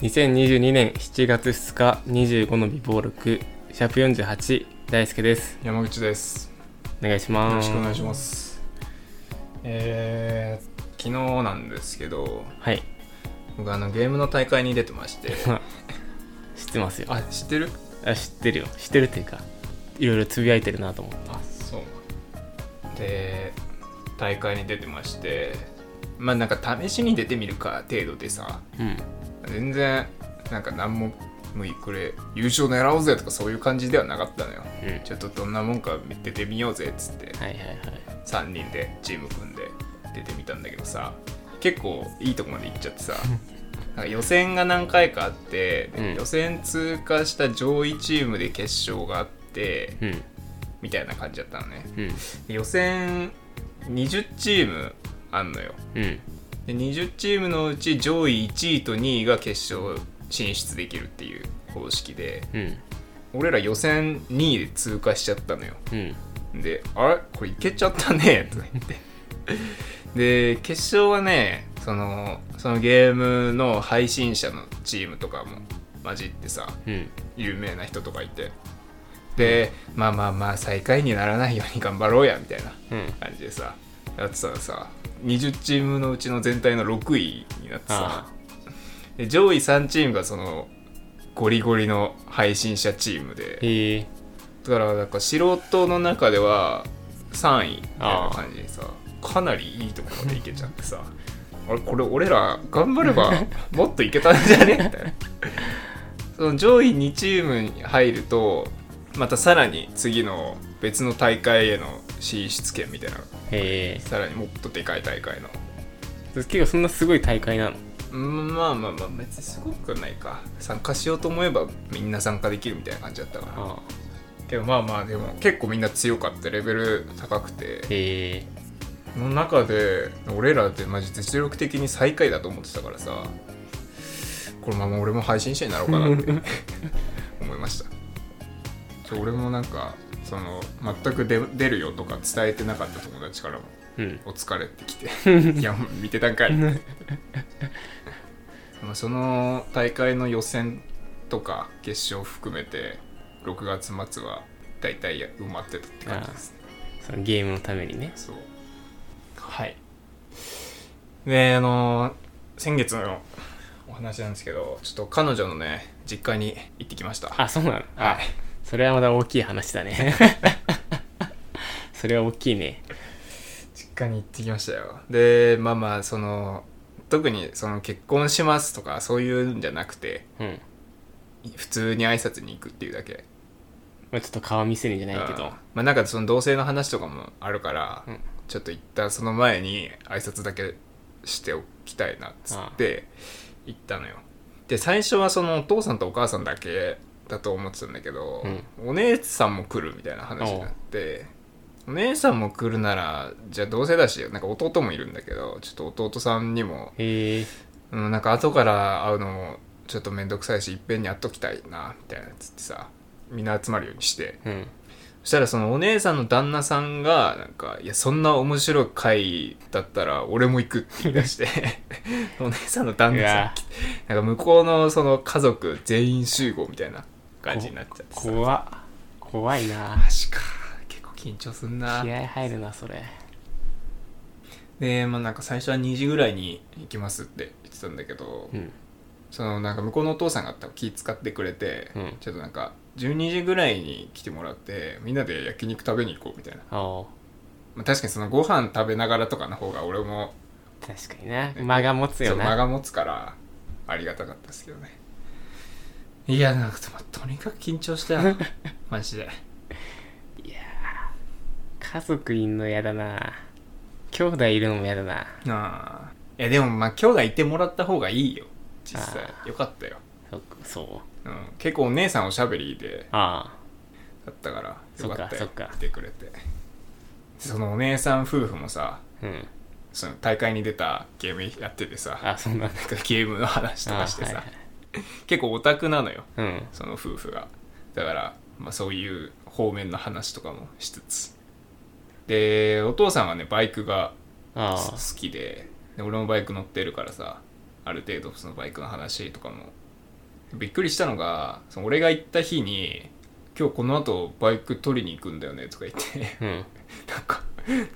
2022年7月2日25の微暴録シャープ48大輔です山口ですお願いしよまろしすくお願いしますえー、昨日なんですけどはい僕あのゲームの大会に出てまして 知ってますよ あ知ってるあ知ってるよ知ってるっていうかいろいろつぶやいてるなと思ってあそうで大会に出てましてまあなんか試しに出てみるか程度でさうん全然なんか何も無理これ優勝狙おうぜとかそういう感じではなかったのようんはいちょっとどんなもんか出てみようぜっつってはいはい3人でチーム組んで出てみたんだけどさ結構いいとこまで行っち ゃってさなんか予選が何回かあって、でうん予選通過した上位チームで決勝があってうんみたいな感じだったのねうんで予選20チームあんのようんで20チームのうち上位1位と2位が決勝進出できるっていう方式でうん俺ら予選2位で通過しちゃったのようんで「あれこれいけちゃったね」 とか言ってで決勝はねそのそのゲームの配信者のチームとかも混じってさうん有名な人とかいてでまあまあまあ最下位にならないように頑張ろうやみたいなうん感じでさやってたらさ20チームのうちの全体の6位になってさあで上位3チームがそのゴリゴリの配信者チームでへえだからなんか素人の中では3位みたいな感じでさかなりいいところまでいけちゃってさあれこれ俺ら頑張れ ばもっといけたんじゃねみたいなその上位2チームに入るとまたさらに次の別の大会への進出権みたいなへえさらにもっとでかい大会の結構そんなすごい大会なのうんまあまあまあ別にすごくないか参加しようと思えばみんな参加できるみたいな感じだったからあけどまあまあでも結構みんな強かったレベル高くてへえその中で俺らってマジ実力的に最下位だと思ってたからさこのまま俺も配信者になろうかなって思いましたちょ俺もなんかその全く出出るよとか伝えてなかった友達からもうん「お疲れ」ってきて「いやもう見てたんかい」まあその大会の予選とか決勝含めて6月末は大体埋まってたって感じですねそのゲームのためにねそうはいであの先月のお話なんですけどちょっと彼女のね実家に行ってきましたあそうなのはあいそれはまだ大きい話だ ねそれは大きいね実家に行ってきましたよでまあまあその特にその結婚しますとかそういうんじゃなくてうん普通に挨拶に行くっていうだけまあ、ちょっと顔見せるんじゃないけうんど、まあなんかその同性の話とかもあるから、うんちょっと一旦その前に挨拶だけしておきたいなっつって行ったのよで最初はそのお父さんとお母さんだけだと思ってたんだけど、お姉さんも来るみたいな話になってお姉さんも来るならじゃあ同性だしなんか弟もいるんだけどちょっと弟さんにも、へえうん、なんか後から会うのもちょっと面倒くさいしいっぺんに会っときたいなみたいなっつってさみんな集まるようにしてうんそしたらそのお姉さんの旦那さんがなんか「いやそんな面白い回だったら俺も行く」って言い出して お姉さんの旦い那さんやなんか向こうのその家族全員集合みたいな感じになっちゃってさ怖っ怖い なマジか結構緊張すんな気合入るなそれでまあなんか最初は2時ぐらいに行きますって言ってたんだけど、うんそのなんか向こうのお父さんが多分気使ってくれて、うんちょっとなんか12時ぐらいに来てもらってみんなで焼肉食べに行こうみたいなあおまあ、確かにそのご飯食べながらとかの方が俺も確かにな間が持つそよう間なが持つからありがたかったですけどねいやなんかと,、まあとにかく緊張した よマジで家族いんの嫌だな兄弟いるのも嫌だなああいやでもまあ兄弟いてもらった方がいいよ実際あよかったよ、そそううん、結構お姉さんおしゃべりであだったからそよっかかったそよっか来てくれてそのお姉さん夫婦もさあうんその大会に出たゲームやっててさあそんなんだなんかゲームの話とあかあしてはいさ、はい結構オタクなのようんその夫婦がだから、まあ、そういう方面の話とかもしつつでお父さんはねバイクがあ好きでで俺もバイク乗ってるからさある程度そのバイクの話とかもびっくりしたのがその俺が行った日に「今日この後バイク取りに行くんだよね」とか言って うんなんか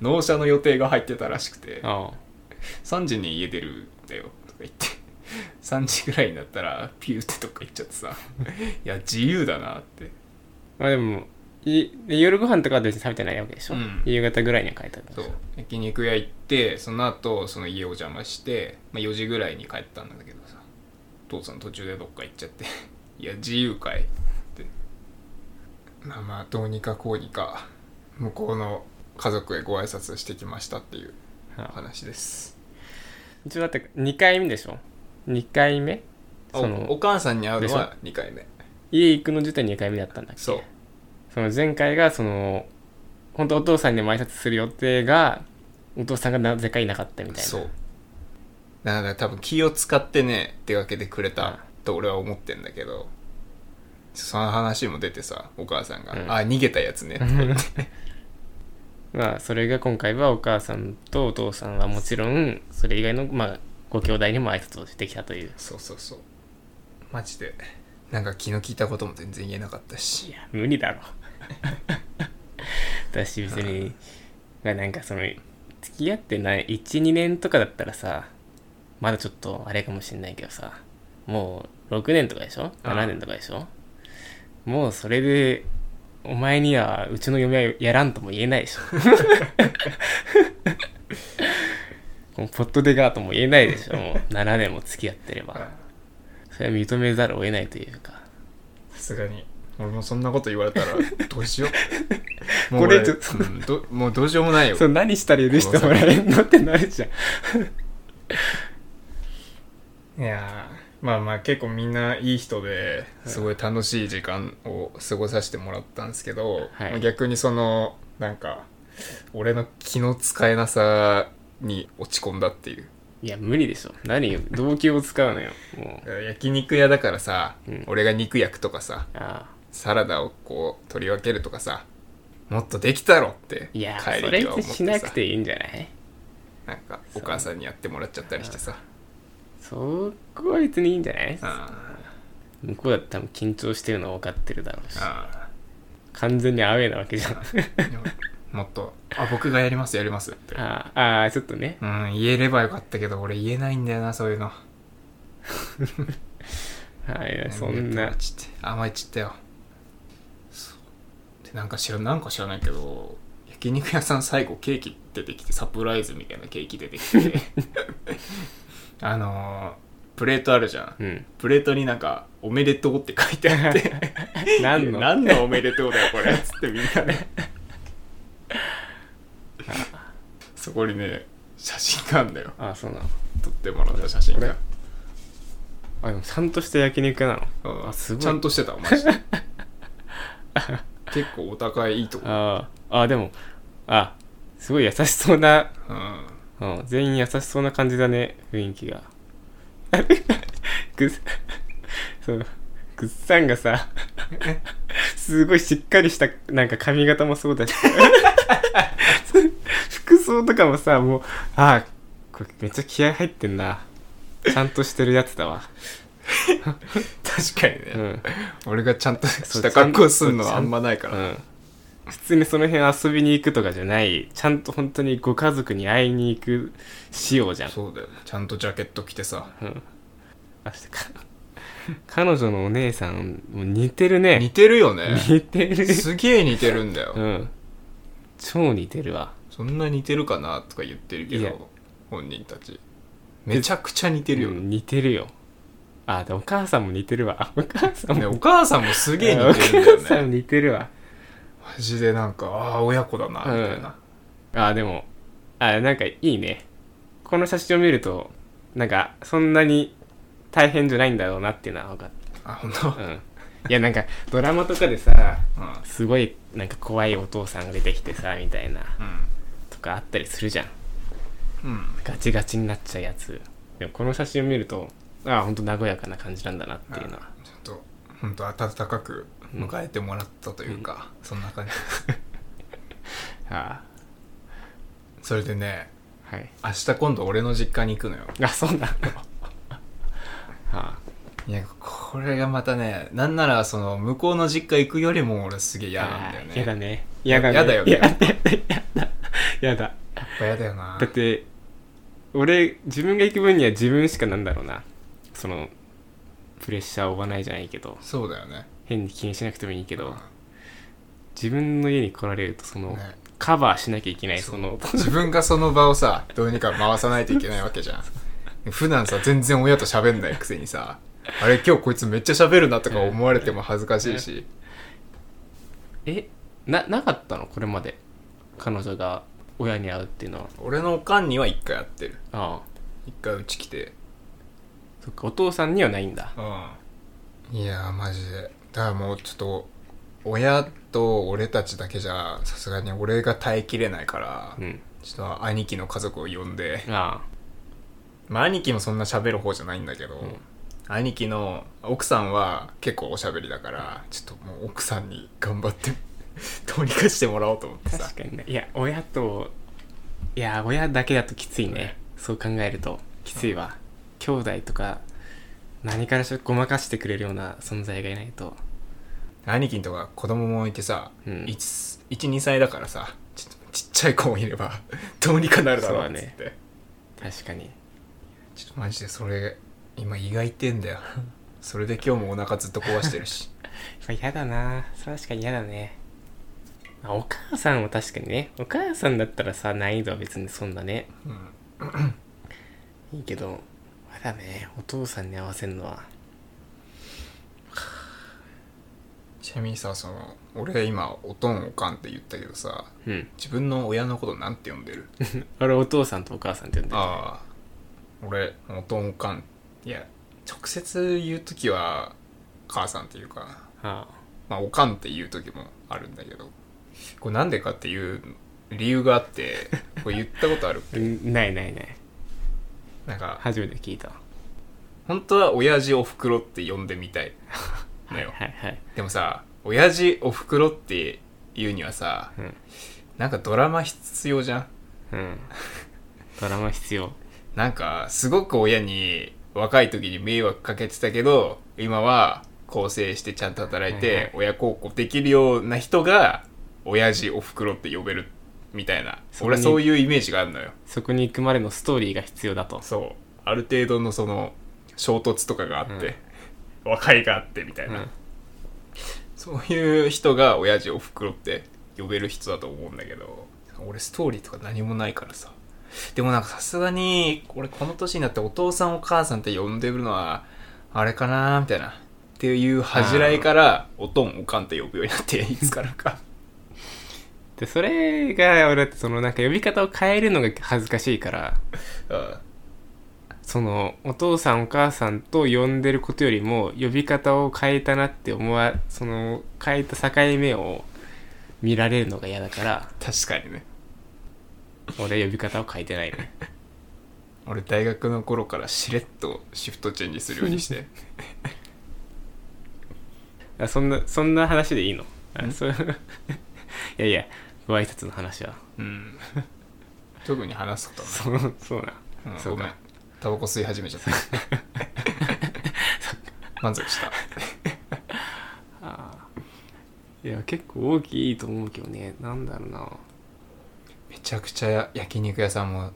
納車の予定が入ってたらしくてあ「3時に家出るんだよ」とか言って3時ぐらいになったらピューってとか行っちゃってさいや自由だなってまあでもいで夜ご飯とかは別に食べてないわけでしょ、うん夕方ぐらいには帰ったんだそう焼肉屋行ってその後その家を邪魔して、まあ、4時ぐらいに帰ったんだけどさ父さん途中でどっか行っちゃって 「いや自由かい」ってまあまあどうにかこうにか向こうの家族へご挨拶してきましたっていうあ話です一応だって2回目でしょ2回目そおおの母さんに会うでのしょは2回目家行くの自体2回目だったんだっけそうその前回がその本当お父さんにも挨拶する予定がお父さんがなぜかいなかったみたいなそうだから多分気を使ってね出かけてくれうんたと俺は思ってんだけどその話も出てさお母さんが「うんあ逃げたやつ ね」とか言って まあそれが今回はお母さんとお父さんはもちろんそれ以外のまあご兄弟にも挨拶をしてきたというそうそうそうマジでなんか気の利いたことも全然言えなかったいしや無理だろ 私別にまあなんかその付き合ってない12年とかだったらさまだちょっとあれかもしんないけどさもう6年とかでしょうん7年とかでしょもうそれでお前にはうちの嫁はやらんとも言えないで しょもうポットデガーとも言えないでし ょもう7年も付き合ってればそれは認めざるを得ないというかさすがに俺もそんなこと言われたらどうしよ うこれもう俺ちょっとうんどもうどうしようもないよそう何したら許してもらえるのってなるじゃんいやーまあまあ結構みんないい人ですごい楽しい時間を過ごさせてもらったんですけど、はいまあ逆にそのなんか俺の気の使えなさに落ち込んだっていういや無理でしょ何よ動機を使うのよもう焼肉屋だからさ、うん俺が肉焼くとかさああサラダをこう取り分けるとかさもっとできたろっていや帰そりれ際思ってさしなくていいんじゃないなんかお母さんにやってもらっちゃったりしてさそこは別にいいんじゃないあ向こうだって多分緊張してるのは分かってるだろうしーあ完全にアウェーなわけじゃんーでももっと「あ僕がやりますやります」ってああああちょっとねうん、言えればよかったけど、俺言えないんだよな、そういうはの。いいやそんやなっちって甘えちったよ。そう。で、なんか知らん、なんか知らないけど、焼肉屋さん最後ケーキ出てきて、サプライズみたいなケーキ出てき て、あのー、プレートあるじゃん。うんプレートになんか、おめでとうって書いてあって、 何の 何のおめでとうだよ、こ れ。つってみんなね。そこにね、写真があるんだよ。ああそうなの撮ってもらった写真が。あでもちゃんとした焼肉なのうんあすごいちゃんとしてたマジ で結構お高いいいとこ、ああああでもあすごい優しそうな、うん、うん、全員優しそうな感じだね雰囲気が ぐっそのぐっさんがさすごいしっかりしたなんか髪型もそうだし 服装とかもさもうああこれめっちゃ気合入ってんなちゃんとしてるやつだわ、確かにうね、ん俺がちゃんとしそうた格好するのはあんまないから、うん、普通にその辺遊びに行くとかじゃないちゃんと本当にご家族に会いに行く仕様じゃんそうだよちゃんとジャケット着てさあしてか彼女のお姉さんもう似てるね似てるよ ね似てるすげえ似てるんだよ、うん超似てるわそんな似てるかなとか言ってるけいやど本人たちめちゃくちゃ似てるよ、うねん似てるよあでお母さんも似てるわお母さんもお母さんもすげえ似てるんお母ださよんねも似てるわマジでなんかああ親子だなみたいな、あでもあなんかいいねこの写真を見るとなんかそんなに大変じゃないんだろうなっていうのは分かっあ本当、うたうんいやなんかドラマとかでさんすごいなんか怖いお父さんが出てきてさみたいなとかあったりするじゃんうんうんガチガチになっちゃうやつでもこの写真を見るとああほんと和やかな感じなんだなっていうのはちょっと本当温かく迎えてもらったというか、そんな感じ あそれでねあはい 明日 今度俺の実家に行くのよあそうなのはあいやここれがまたねなんならその向こうの実家行くよりも俺すげえ嫌なんだよね嫌だね嫌だねやだよねやだやだやだやっぱ嫌だよなだって俺自分が行く分には自分しかなんだろうなそのプレッシャーを負わないじゃないけどそうだよね変に気にしなくてもいいけどうん自分の家に来られるとその、ねカバーしなきゃいけないその自分がその場をさどうにか回さないといけないわけじゃん普段さ全然親と喋んないくせにさあれ今日こいつめっちゃ喋るなとか思われても恥ずかしいしえななかったのこれまで彼女が親に会うっていうのは俺のおかんには一回会ってるああ一回うち来てそっかお父さんにはないんだうんいやーマジでだからもうちょっと親と俺たちだけじゃさすがに俺が耐えきれないから、うんちょっと兄貴の家族を呼んであまあ兄貴もそんな喋る方じゃないんだけど、ん兄貴の奥さんは結構おしゃべりだからちょっともう奥さんに頑張って どうにかしてもらおうと思ってあさ確かにねいや親といや親だけだときついねそう考えるときついわ、兄弟とか何からしらごまかしてくれるような存在がいないと兄貴んとか子供もいてさ、うん12歳だからさちょっとちっちゃい子もいればどうにかなるだろうっつってそう、確かにちょっとマジでそれ今胃が痛いんだよ それで今日もお腹ずっと壊してるしまあ嫌だなそれは確かに嫌だね、まあお母さんは確かにねお母さんだったらさ難易度は別にそんなねうんいいけどまだねお父さんに合わせるのはちなみにさその俺今おとんおかんって言ったけどさうん自分の親のことなんて呼んでる俺お父さんとお母さんって呼んでるああ俺おとんかんいや直接言う時は母さんっていうかあまあおかんっていう時もあるんだけどこれなんでかっていう理由があってこれ言ったことあるあんないないないなんか初めて聞いた本当は親父おふくろって呼んでみたいのはいよはいはいでもさ親父おふくろって言うにはさうんなんかドラマ必要じゃんうんドラマ必要なんか、すごく親に若い時に迷惑かけてたけど、今は更生してちゃんとはい働いはいて、親孝行できるような人が、親父、お袋って呼べる、みたいな。そこに俺はそういうイメージがあるのよ。そこに行くまでのストーリーが必要だとそう。ある程度のその、衝突とかがあって、和解があって、みたいうな。んそういう人が、親父、お袋って呼べる人だと思うんだけど、俺ストーリーとか何もないからさ。でもなんかさすがに、俺この年になってお父さんお母さんって呼んでるのは、あれかなみたいな。っていう恥じらいから、おとんおかんって呼ぶようにな って、いつからか。でそれが俺だってそのなんか呼び方を変えるのが恥ずかしいからうんそのお父さんお母さんと呼んでることよりも呼び方を変えたなって思わその変えた境目を見られるのが嫌だから確かにね。俺呼び方を変えてないね俺大学の頃からしれっとシフトチェンジするように して。あそんなそんな話でいいのあんそう いやいやご挨拶の話はうん。特に話すことはないそうそうなうんそうごかめんタバコ吸い始め ちゃった満足したあーいや結構大きいと思うけどねなんだろうなめちゃくちゃ焼肉屋さんも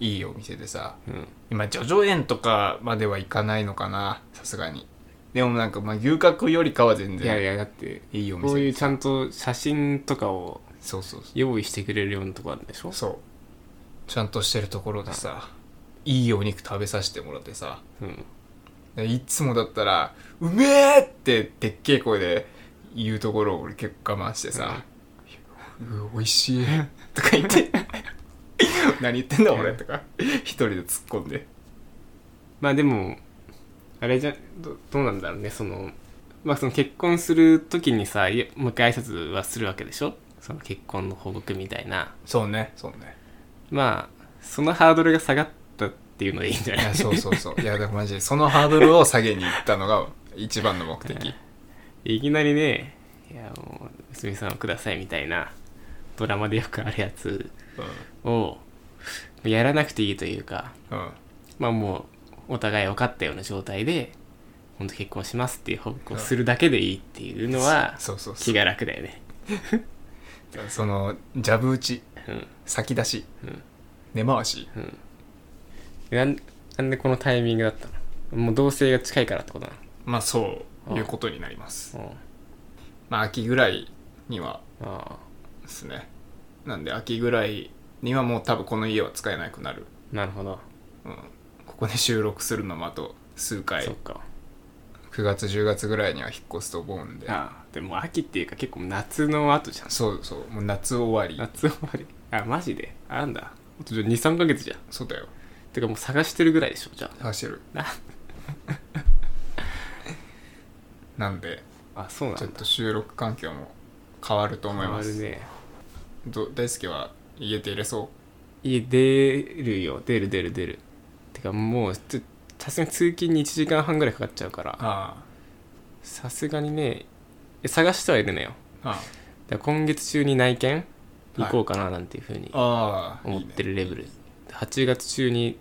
いいお店でさうん今叙々苑とかまでは行かないのかなさすがにでもなんかまあ牛角よりかは全いやい然やだっていいお店こういうちゃんと写真とかをそうそうそ用意してくれるようなとこあるんでしょうそうちゃんとしてるところでさいいお肉食べさせてもらってさうんでいつもだったら「うめえ!」ってでっけえ声で言うところを俺結構我慢してさ「うう美味しい」 とか言って 「何言ってんだ俺」とか一人で突っ込んでまあでもあれじゃどどうなんだろうねそのまあその結婚する時にさいもう一回挨拶はするわけでしょその結婚の報告みたいなそうねそうねまあそのハードルが下がったっていうのでいいんじゃいないやそうそうそういやだからマジでそのハードルを下げに行ったのが一番の目的いきなりね「いやもう娘さんをください」みたいなドラマでよくあるやつをやらなくていいというかうん、うん、まあもうお互い分かったような状態で本当結婚しますっていう報告をするだけでいいっていうのはそうそうそ気うが楽だよねそのジャブ打ちうん先出し、うん根回しなんなんでこのタイミングだったのもう同性が近いからってことなまあそういうことになりますのまあ秋ぐらいにはうんああですねなんで秋ぐらいにはもう多分この家は使えなくなる、なるほど、うん、ここで収録するのもあと数回そっか9月10月ぐらいには引っ越すと思うんでああでも秋っていうか結構夏の後じゃんそうそうもう夏終わり夏終わりあマジであんだ23ヶ月じゃんそうだよてかもう探してるぐらいでしょじゃ走してるな なんでああそうなんちだょっと収録環境も変わると思います、変わるねど大輔は家出れそ家出るよ出る出る出るてかもうちょさすがに通勤に1時間半ぐらいかかっちゃうかうらあさすがにねえ探してはいるのよああだから今月中に内見行こうかななんていうふうにあああ思ってるるレベル、8月中に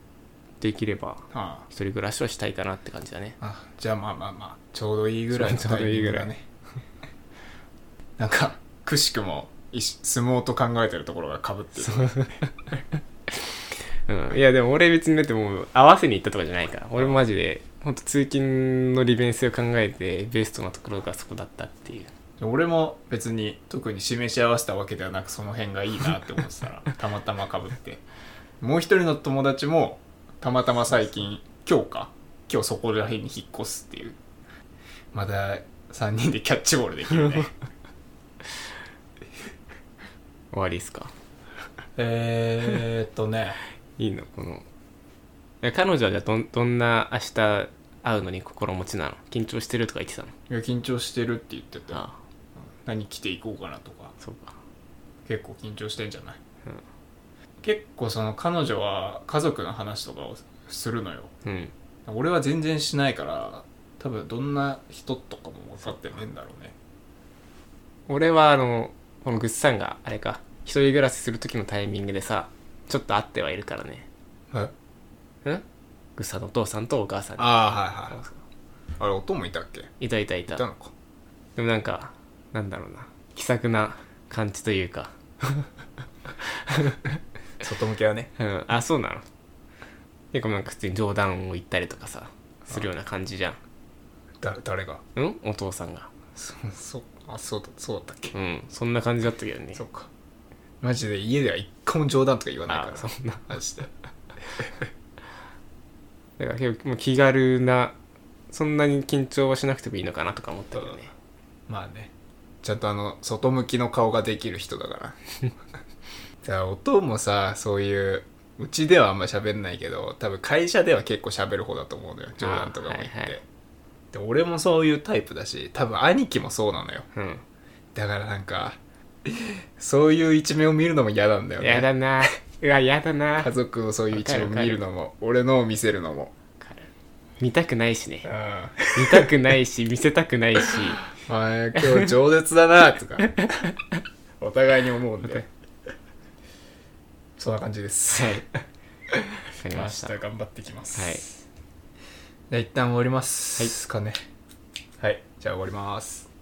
できればあ一人暮らしはしたいかなって感じだねああじゃあまあまあまあちょうどいいぐらい のちょうタどイいミいングぐだらいね なんかくしくも一緒相撲と考えてるところがかぶってるうんいやでも俺別にだってもう合わせに行ったとかじゃないから俺もマジでほんと通勤の利便性を考えてベストなところがそこだったっていう俺も別に特に示し合わせたわけではなくその辺がいいなって思ってたらたまたまかぶってもう一人の友達もたまたま最近今日か今日そこら辺に引っ越すっていうまた3人でキャッチボールできる ね終わりですかえーっとねいいのこのいや彼女はじゃあどんどんな明日会うのに心持ちなの緊張してるとか言ってたのいや緊張してるって言ってたああ何着ていこうかなとかそうか結構緊張してんじゃない、うん結構その彼女は家族の話とかをするのようん俺は全然しないから多分どんな人とかも分かってねえんだろうね俺はあのこのグッズさんがあれか一人暮らしする時のタイミングでさちょっと会ってはいるからねえんグッズさんのお父さんとお母さんにああはいはいあれ音もいたっけいいたいたいたたのかでもなんかなんだろうな気さくな感じというか外向けはねうんあそうなの結構なんか普通に冗談を言ったりとかさするような感じじゃんだ誰がうんお父さんがそそあそうだそうだったっうけんそんな感じだったけどねそうかマジで家では一個も冗談とか言わないかあらそんなマジでだから結構もう気軽なそんなに緊張はしなくてもいいのかなとか思ったけどねまあねちゃんとあの外向きの顔ができる人だから じゃあ音もさそういううちではあんま喋んないけど多分会社では結構喋る方だと思うのよ冗談とかも言って、あーはいはいで俺もそういうタイプだし多分兄貴もそうなのようんだからなんかそういう一面を見るのも嫌なんだよやねだなうわやだな家族のそういう一面わをかるわかる見るのも俺のを見せるのも見たくないしねうん見たくないし見せたく ないしお前今日饒舌だなとかお互いに思うんでそんな感じですはいわかり明ま日した頑張ってきますはいじゃあ一旦終わりますかねはいじゃあ終わります